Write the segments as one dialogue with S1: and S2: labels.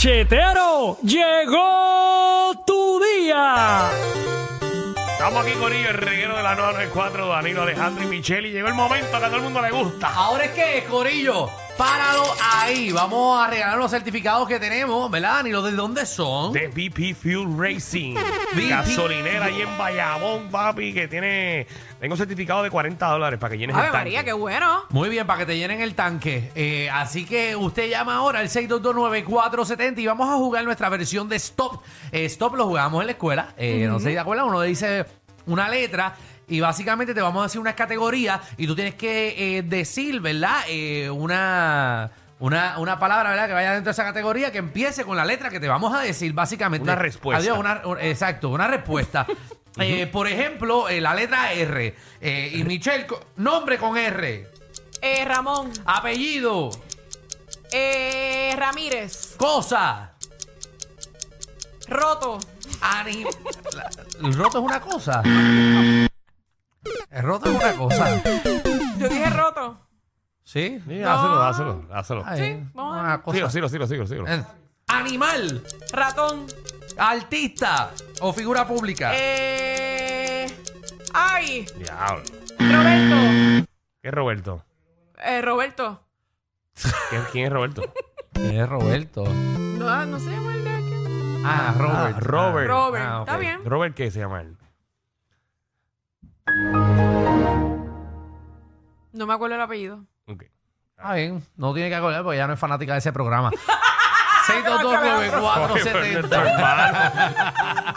S1: Cachetero, llegó tu día.
S2: Estamos aquí con ellos, el reguero de la 994, Danilo Alejandro y Michelle. Y llegó el momento que a todo el mundo le gusta.
S3: Ahora es que, Corillo, páralo ahí. Vamos a regalar los certificados que tenemos, ¿verdad? Ni los de dónde son.
S2: De BP Fuel Racing.
S3: BP.
S2: Gasolinera ahí en Bayamón, papi, que tiene. Tengo certificado de 40 dólares para que llenes
S4: Ave
S2: el tanque.
S4: María, qué bueno.
S3: Muy bien, para que te llenen el tanque. Eh, así que usted llama ahora al 6229470 y vamos a jugar nuestra versión de Stop. Eh, Stop lo jugábamos en la escuela. Eh, No sé si te acuerdas, uno dice una letra y básicamente te vamos a decir unas categorías y tú tienes que eh, decir, ¿verdad? Eh, una, una, una palabra, ¿verdad? Que vaya dentro de esa categoría que empiece con la letra que te vamos a decir, básicamente.
S2: Una respuesta.
S3: Adiós, una- un- exacto, una respuesta. Eh, por ejemplo, eh, la letra R. Eh, y Michelle, co- nombre con R.
S4: Eh, Ramón,
S3: Apellido,
S4: eh, Ramírez,
S3: cosa,
S4: Roto,
S3: anim... La- El roto es una cosa. El roto es una cosa.
S4: yo dije Roto.
S3: ¿Sí?
S2: Sí,
S4: No.
S2: dáselo, dáselo, dáselo.
S3: Ay,
S4: vamos a-
S3: una cosa.
S2: Sigo, sigo, sigo, sigo, sigo.
S3: Eh, Animal,
S4: Ratón,
S3: artista o figura pública.
S4: eh, ay,
S2: Diablo.
S4: Roberto,
S2: ¿Qué es Roberto?
S4: eh, Roberto.
S2: ¿Quién, quién es Roberto?
S3: ¿Quién es Roberto?
S4: No, ah, no sé, ¿cuál de aquí?
S3: Ah, Robert.
S2: Ah, Robert.
S4: Robert,
S3: Ah, ok.
S4: está bien.
S2: Robert, ¿qué se llama él?
S4: No me acuerdo el apellido.
S2: Ok.
S3: Ah, bien. No tiene que acordar porque ya no es fanática de ese programa.
S2: Nuestro
S3: 6229470.
S2: hermano.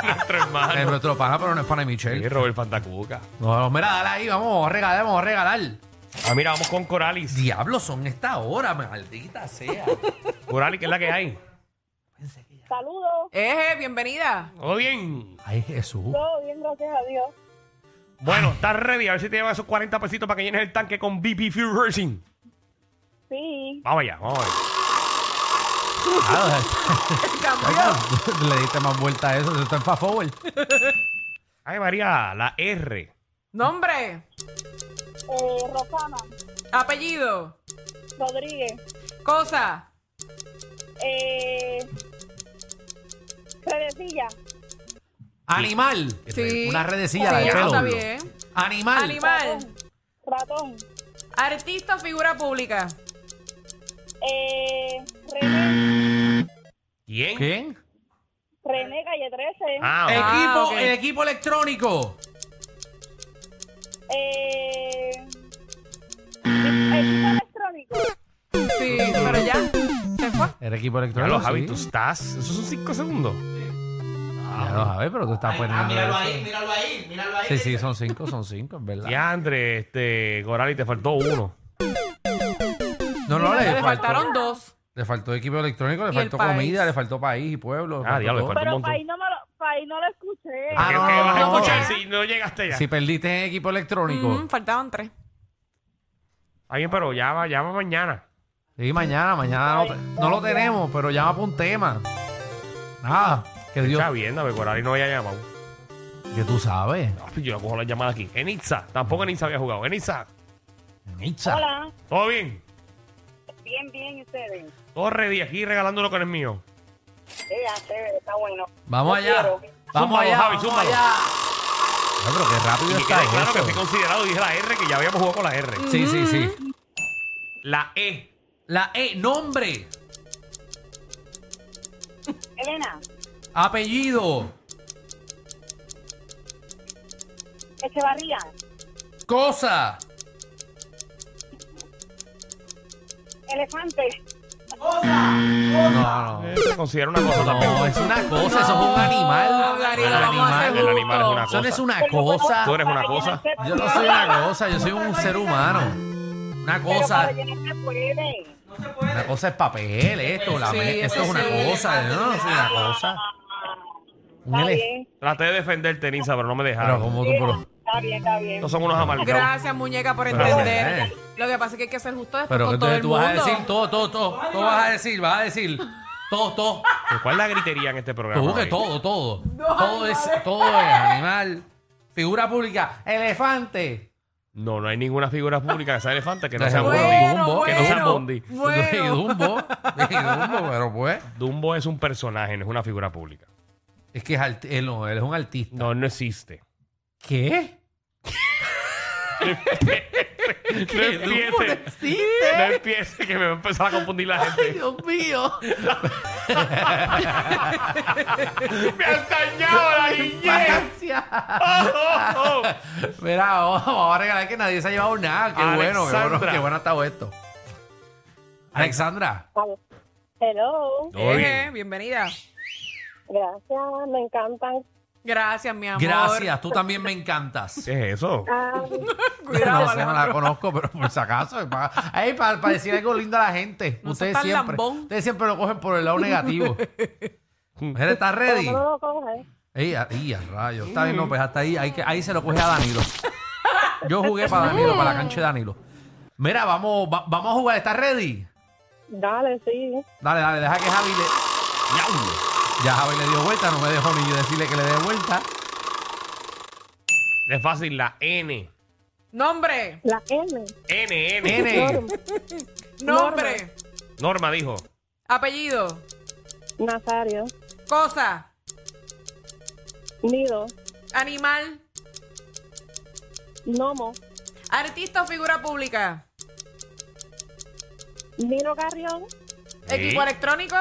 S2: Nuestro
S3: Es
S2: hermano.
S3: nuestro pana, pero no es pana de
S2: Sí,
S3: Michelle.
S2: Robert Fantacuca.
S3: No, mira, dale ahí, vamos, vamos a regalar, vamos a regalar.
S2: Ah, mira, vamos con Coralis.
S3: Diablos son esta hora, maldita sea.
S2: Coralis, que es la que hay.
S5: Saludos,
S4: Eh, bienvenida.
S2: ¿Todo bien?
S3: Ay, Jesús.
S5: todo bien, gracias a Dios.
S2: Bueno, estás ready. A ver si te llevan esos 40 pesitos para que llenes el tanque con BP Fuel Racing.
S5: Sí,
S2: Vamos allá, vamos allá.
S3: Ah, Le diste más vuelta a eso, se está en fast forward.
S2: Ay, María, la R.
S4: Nombre,
S5: eh, Rosana
S4: apellido,
S5: Rodríguez,
S4: cosa,
S5: eh, Cerecilla,
S3: Animal.
S4: Sí.
S3: Una redecilla,
S4: sí,
S3: la de pelo.
S4: está bien.
S3: Animal.
S4: Animal,
S5: ratón,
S4: artista o figura pública.
S5: eh, René,
S2: ¿Quién?
S3: ¿Quién?
S5: René Calle 13,
S2: Ah,
S3: equipo,
S2: ok.
S4: ok.
S3: El equipo electrónico.
S5: eh, equipo electrónico,
S4: Sí, pero ya, se fue.
S3: El equipo
S2: ya lo
S3: electrónico.
S2: Javi,
S3: sí.
S2: tú estás. Esos son 5 segundos.
S3: Ya lo sabes, pero tú estás poniendo.
S6: ah, míralo
S3: eso.
S6: ahí, míralo ahí, míralo ahí.
S3: Sí, sí, son cinco, son cinco, en verdad.
S2: Ya, André, este, Coralis, te faltó uno.
S3: No, no, le,
S4: Le
S3: faltó,
S4: faltaron dos.
S3: Le faltó equipo electrónico, le
S4: Y el
S3: faltó
S4: país.
S3: comida, le faltó país y pueblo. le
S2: Ah, diablo, le
S3: todo.
S2: faltó un
S5: pero
S2: montón.
S5: para ahí no me lo, para ahí no lo escuché.
S3: Ah,
S2: ¿Qué-
S3: no,
S2: qué
S3: no,
S2: vas a
S3: no,
S2: escuchar
S4: no.
S2: si no llegaste ya?
S3: Si perdiste en equipo electrónico.
S4: Ujú, Mm, faltaban tres.
S2: Ay, pero llama, llama mañana.
S3: Sí, mañana, mañana no, te- no lo tenemos, pero llama para un tema. Nada, que Dios.
S2: Está bien, dame, Coralis no había llamado.
S3: Que tú sabes.
S2: No, pues yo cojo la llamada aquí. Enitza, tampoco Enitza había jugado. Enitza,
S3: Nicha.
S5: Hola,
S2: ¿todo bien?
S5: bien, bien, ¿y ustedes.
S2: Todo ready aquí regalándolo con el mío.
S5: Eh, ah, chévere, está bueno.
S3: Vamos
S5: Yo
S3: allá.
S5: quiero.
S3: Vamos
S2: Zúmbalo,
S3: allá,
S2: Javi,
S3: vamos
S2: zúmbalo.
S3: allá. No, pero qué rápido
S2: Y que
S3: está
S2: quede claro
S3: eso.
S2: que estoy considerado, dije la R, que ya habíamos jugado con la R.
S3: Sí, sí, sí.
S2: La E.
S3: La E, nombre,
S5: Elena,
S3: apellido,
S5: Echevarría,
S3: cosa,
S5: Elefante,
S3: No, no.
S2: Eh, Se considera una cosa también.
S3: No, es una cosa, eso es un
S4: No,
S3: animal.
S4: Darío,
S2: El
S4: lo vamos a
S2: animal,
S4: hacer
S2: el animal es
S4: justo.
S2: una
S3: Eso no es
S2: cosa.
S3: una cosa.
S2: Tú eres una cosa.
S3: Yo no soy una cosa, yo soy un ser humano. Una cosa,
S5: Pero para llenar se puede.
S3: una cosa es papel, esto, la
S4: Sí,
S3: me- esto
S4: eso
S3: es una
S4: sí.
S3: cosa, yo no soy una cosa. Un
S5: Está
S3: ele-
S5: bien,
S2: Traté de defenderte, Nisa, pero no me dejaron.
S3: Pero como tú, pero,
S5: está bien, está bien.
S2: No son unos amargados.
S4: Gracias, muñeca, por
S2: Pero,
S4: entender.
S3: eh.
S4: Lo que pasa es que hay que ser justo después
S3: pero
S4: con todo
S3: entonces
S4: el
S3: tú
S4: mundo.
S3: vas a decir todo, todo, todo, todo vas a decir, vas a decir, todo, todo,
S2: Pero ¿Cuál es la gritería en este programa?
S3: tú que
S2: Javi?
S3: todo, todo, todo es, todo es animal, figura pública, elefante,
S2: No, no hay ninguna figura pública que sea elefante que no sea
S3: Bueno,
S2: Bondi.
S3: Dumbo,
S2: que no sea
S4: bueno,
S2: Bondi.
S3: Y
S4: Bueno.
S3: Dumbo, y Dumbo, pero pues,
S2: Dumbo es un personaje, no es una figura pública.
S3: es que es, arti- él, no, él es un artista.
S2: No, no existe.
S3: ¿Qué?
S2: No
S3: Dumbo no
S2: empiece.
S3: existe.
S2: No empiece que me va a empezar a confundir la
S3: Ay,
S2: gente.
S3: Dios mío.
S2: ¡Me han dañado la niñez!
S3: Gracias.
S2: ¡Oh, oh, oh!
S3: Mira, oh, vamos a regalar que nadie se ha llevado nada. Qué bueno, qué bueno,
S2: Alexandra.
S3: qué bueno ha estado esto. Alexandra.
S5: Hello.
S2: Oye.
S4: Eje, bienvenida.
S5: Gracias, me encantan.
S4: Gracias, mi amor.
S3: Gracias, tú también me encantas.
S2: ¿Qué es eso?
S5: Ah,
S4: Cuidado,
S3: no sé, no
S4: Alejandro.
S3: la conozco, pero por si acaso. es Para, ahí para, para decir algo lindo a la gente.
S4: No seas
S3: ustedes
S4: tan
S3: siempre.
S4: lambón.
S3: Ustedes siempre lo cogen por el lado negativo. Mujer, ¿estás
S5: pero
S3: ready?
S5: no lo coges.
S3: Ey, a- ey, a rayos. Está bien, no, pues hasta ahí, hay que, ahí se lo coge a Danilo. Yo jugué para Danilo, para la cancha de Danilo. Mira, vamos, va- vamos a jugar. ¿Estás ready?
S5: Dale, sí.
S3: Dale, dale, deja que Javi le. ¡Diablo! Ya Javi le dio vuelta, no me dejó ni decirle que le dé vuelta.
S2: Es fácil, la N.
S4: Nombre.
S5: La M.
S2: N, N.
S3: N.
S4: Nombre.
S2: Norma dijo.
S4: Apellido.
S5: Nazario.
S4: Cosa.
S5: Nido.
S4: Animal.
S5: Nomo.
S4: Artista o figura pública.
S5: Nino Carrión.
S4: Equipo electrónico.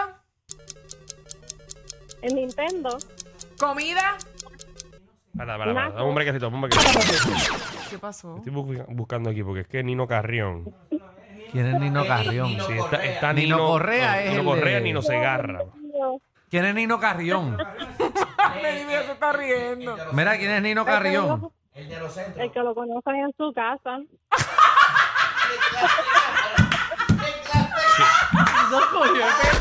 S5: El Nintendo.
S4: Comida.
S2: Para, para, para.
S5: Naco.
S2: Dame un brequecito, dame un brequecito.
S4: ¿Qué pasó?
S2: Estoy bu- buscando aquí porque es que Nino Carrión.
S3: ¿Quién es Nino Carrión?
S2: Sí, está, está
S3: Nino
S2: Nino,
S3: Correa es
S2: Nino
S3: el
S2: Correa,
S3: de-
S2: Nino Segarra.
S3: ¿Quién es Nino Carrión?
S4: Ay, mira, se está riendo.
S3: Mira, ¿quién es Nino Carrión?
S5: El que lo conocen en su casa.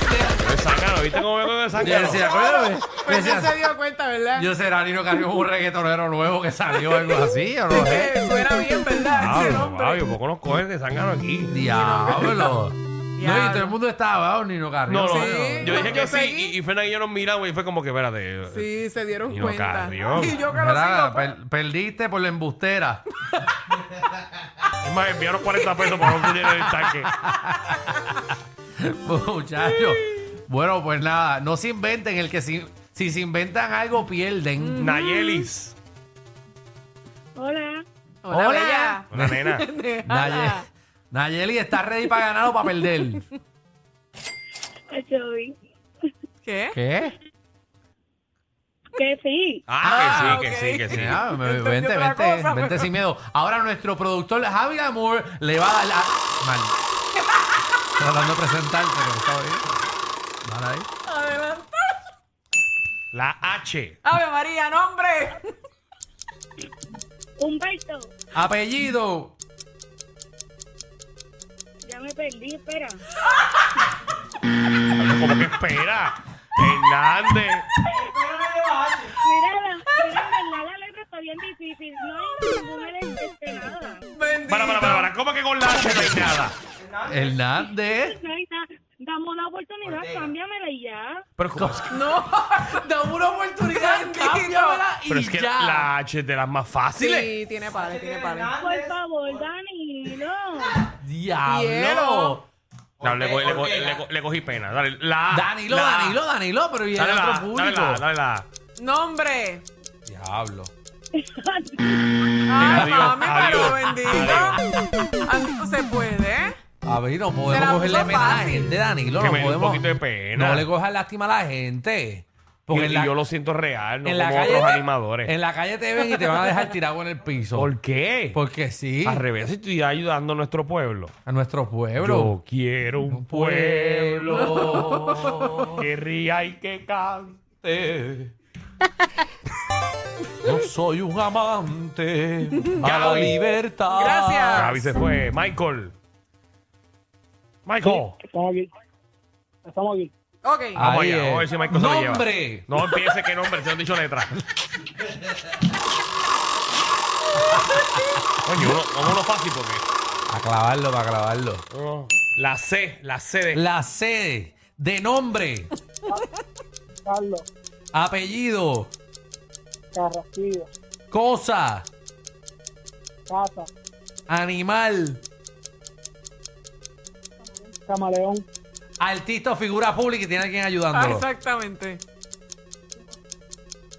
S2: Pero es sacado, ¿viste cómo me acuerdo de
S3: Yo
S2: sacado?
S3: decía, "Oye, yo
S4: Pues ya se
S3: decía,
S4: dio cuenta, ¿verdad?
S3: yo será Nino Carrión un reggaetonero nuevo que salió o algo así, yo no sé.
S4: Eh, suena bien, ¿verdad? Ese
S2: Pablo,
S4: nombre.
S2: Pablo, ¿por qué nos cogen de sangano aquí?
S3: Diablo. No, y
S4: Diablo.
S3: todo el mundo estaba, "Oh, Nino Carrión.
S2: No, no,
S4: Sí,
S2: yo dije
S4: yo
S2: que sí
S4: seguí.
S2: y, y Fernan y yo nos miramos y fue como que, espérate.
S4: Sí, se dieron
S2: Nino
S4: cuenta.
S2: Carrión.
S4: Y yo que lo
S3: Mira, pues,
S4: sigo.
S3: per- perdiste por la embustera.
S2: Es más, enviaron 40 pesos para no dinero el tanque.
S3: Muchachos. Bueno, pues nada, no se inventen. El que si, si se inventan algo, pierden.
S4: Mm.
S2: Nayelis,
S5: Hola.
S4: Hola,
S3: Hola.
S4: bella.
S2: una nena.
S3: Naye-
S4: Déjala.
S3: Nayeli está ready para ganar o para perder.
S5: Joey.
S4: ¿Qué?
S3: ¿Qué?
S5: Que sí.
S2: Ah,
S4: Ah,
S2: que sí,
S4: ok.
S2: que sí, que sí.
S3: Mira, me-
S4: Entendí
S3: vente,
S4: otra
S3: vente,
S4: cosa, pues.
S3: vente
S4: pero-
S3: sin miedo. Ahora nuestro productor Javi Amor le va a dar la. Mal. Estoy hablando de presentarte, pero está bien. Dale ahí.
S4: Adelante.
S2: La H.
S4: Ave María, nombre.
S5: Humberto.
S3: Apellido.
S5: Ya me perdí, espera.
S2: Pablo, ¿Cómo que espera? Hernández.
S5: Mira, la, mira, en verdad la letra está bien difícil. No hay ninguna letra este, nada.
S4: Bendito.
S2: Para, para, para, para. ¿Cómo que con la H no hay nada?
S3: Hernández.
S5: No hay nada. Dame una oportunidad, cámbiamela y ya.
S2: Pero, ¿cómo es que-
S4: No, da una oportunidad en
S2: pero es que la H es de las más fáciles.
S4: Sí, tiene pares, tiene pares.
S5: Por favor, Dani, no.
S3: Diablo.
S4: Quiero.
S2: No, le, co- le co- le co- le cogí pena. Dale, la.
S3: Danilo,
S2: Ah, la-
S3: Danilo, Danilo, pero y el
S2: Dale la,
S3: otro
S2: dale
S3: público.
S2: la, dale la.
S4: Nombre.
S3: Diablo.
S4: Ah,
S2: adiós,
S4: mami, pero
S2: adiós,
S4: bendito. Así no se puede, ¿eh?
S3: A ver, no
S4: Se
S3: podemos
S4: la
S3: cogerle
S4: puso
S3: pena a la
S4: fácil.
S3: gente, Danilo.
S2: Que
S3: No
S2: me dio un
S3: podemos.
S2: poquito de pena.
S3: No le cojas lástima a la gente.
S2: Y,
S3: Porque en la,
S2: y yo lo siento real, no
S3: en
S2: como
S3: la calle.
S2: otros animadores.
S3: En la calle te ven y te van a dejar tirado en el piso.
S2: ¿Por qué?
S3: Porque sí.
S2: Al revés, si estoy ayudando a nuestro pueblo.
S3: A nuestro pueblo.
S2: Yo quiero un pueblo que ría y que cante.
S3: Yo soy un amante a la
S2: Gaby.
S3: libertad. Ah.
S4: Gracias.
S2: Javi se fue. Michael. Michael.
S5: Estamos aquí. Estamos aquí.
S4: Ok.
S3: Ah,
S2: Vamos
S3: Ahí
S2: allá,
S3: es.
S2: vamos a ver si Michael se lo lleva.
S3: ¡Nombre!
S2: No empiece que nombre, se han dicho letras. Coño, uno, vamos uno fácil porque.
S3: A clavarlo, para clavarlo.
S2: uno- Oh. La C, la C de.
S3: La sede de nombre,
S5: Carlos,
S3: apellido,
S5: Carrasquillo,
S3: cosa,
S5: Casa,
S3: Animal.
S6: Camaleón.
S3: Artista o figura pública y tiene alguien
S4: Ah,
S3: ayudándolo.
S4: exactamente.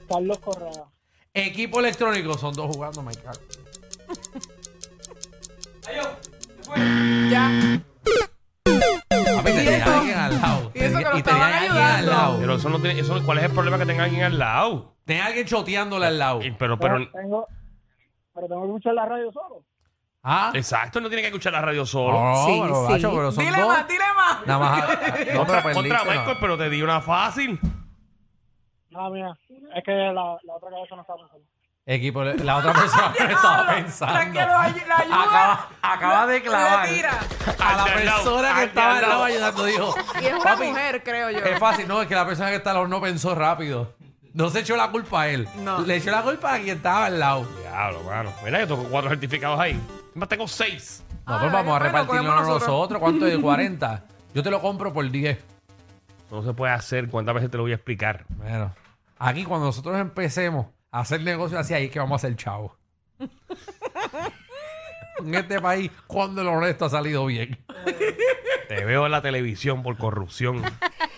S6: Carlos Correa.
S3: Equipo electrónico. Son dos jugando, my God.
S4: Ya.
S3: Papi,
S4: ¿Y
S3: te tenían
S4: eso?
S3: alguien al lado.
S4: ¿Y eso que lo
S3: tenían
S4: estaban
S3: alguien
S4: ayudando?
S3: al
S2: Pero
S3: lado.
S2: eso no tiene, eso, ¿cuál es el problema que tenga alguien al lado?
S3: Tenía alguien choteándole al lado.
S2: Y- Pero, pero,
S5: Oh.
S6: Tengo, pero tengo que escuchar la radio solo.
S3: Ah,
S2: exacto, no tiene que escuchar la radio solo.
S3: no,
S7: Sí,
S3: pero,
S7: sí.
S3: macho, pero son
S4: Dile
S3: dos.
S4: más, dile más.
S3: Nada más. No, pero pues,
S2: Contra,
S3: perdiste,
S2: contra
S3: no.
S2: Michael, pero te di una fácil.
S6: Nada mía. Es que la, la otra cabeza no está pensando.
S3: Equipo, la otra persona no estaba pensando.
S4: O sea, que lo ay- la ayuda,
S3: acaba, acaba de
S4: le
S3: clavar
S4: tira.
S3: a
S2: Al
S3: la
S2: de al lado,
S3: persona que
S2: al de
S3: estaba
S2: al
S3: al lado
S2: lado.
S3: ayudando. Dijo,
S4: Y es una
S3: "Papi, Eh,
S4: mujer, creo yo.
S3: Es fácil, no, es que la persona que está al lado no pensó rápido. No se echó la culpa a él.
S4: No.
S3: Le echó la culpa a quien estaba al lado. pues
S2: Diablo, mano. Mira, yo tengo cuatro certificados ahí. Más tengo seis.
S3: No,
S4: Ah,
S3: pues vamos a
S4: bueno,
S3: repartirlo
S4: cogemos
S3: nosotros. ¿Cuánto es? 40. Yo te lo compro por 10.
S2: No se puede hacer. ¿Cuántas veces te lo voy a explicar?
S3: Bueno, aquí cuando nosotros empecemos a hacer negocios así, ahí es que vamos a hacer chavo. en este país, cuando lo honesto ha salido bien.
S2: Te veo en la televisión por corrupción.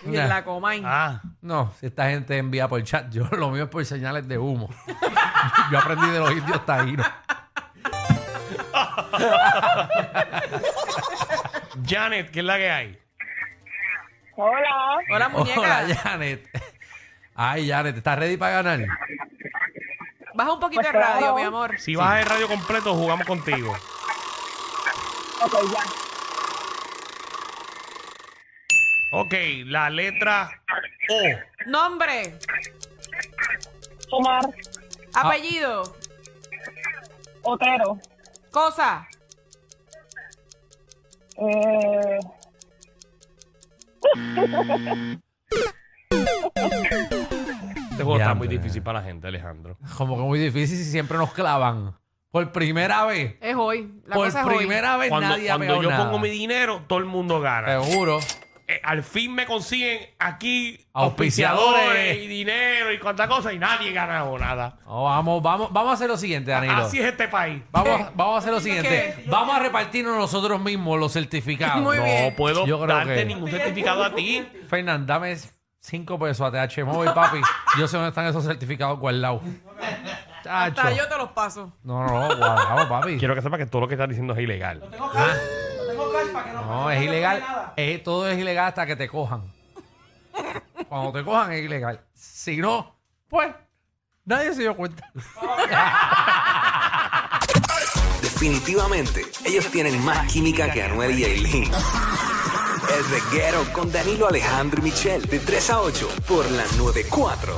S4: Y en la comain.
S2: Ah,
S3: No, si esta gente envía por chat, yo lo mío es por señales de humo. yo aprendí de los indios taínos.
S2: Janet, ¿qué es la que hay?
S5: Hola.
S4: Hola, muñeca.
S3: Hola, Janet. Ay, Janet, ¿estás ready para ganar?
S4: Baja un poquito el
S6: Pues
S4: radio,
S6: claro.
S4: mi amor.
S2: Si vas el radio completo, jugamos contigo.
S6: Ok, ya.
S2: Ok, la letra O.
S4: Nombre,
S6: Omar
S4: Ah. apellido,
S6: Otero.
S4: cosa,
S6: Eh,
S2: Este juego está muy
S3: Diantre.
S2: difícil para la gente, Alejandro.
S3: Como que muy difícil si siempre nos clavan. Por primera vez.
S4: es hoy. La
S3: por
S4: cosa es
S3: primera vez
S2: Cuando,
S3: nadie ha
S2: cuando
S3: pegado
S2: yo
S3: nada.
S2: pongo mi dinero, todo el mundo gana.
S3: Seguro.
S2: Eh, al fin me consiguen aquí
S3: Auspiciadores.
S2: auspiciadores y dinero y cuantas cosas y nadie gana o nada.
S3: No, vamos, vamos, vamos a hacer lo siguiente, Danilo.
S2: Así es este país.
S3: Vamos, vamos a hacer lo siguiente.
S4: ¿Qué?
S3: Vamos a repartirnos nosotros mismos los certificados.
S4: Muy
S2: no
S4: bien.
S2: puedo
S3: Yo creo
S2: darte
S3: que-
S2: ningún certificado a ti.
S3: Fernán, dame cinco pesos a TH Móvil, papi. Yo sé dónde están esos certificados guardados.
S4: hoy.
S3: Chacho.
S4: Hasta yo te los paso.
S3: No, no, no, guardado, papi.
S2: Quiero que sepas que todo lo que estás diciendo es ilegal.
S3: No, es ilegal. Es- todo es ilegal hasta que te cojan. Cuando te cojan es ilegal. Si no, pues nadie se dio cuenta.
S8: Definitivamente, ellos tienen más química que Anuel y Aileen. El reguero con Danilo Alejandro y Michel, de 3 a 8, por la 94.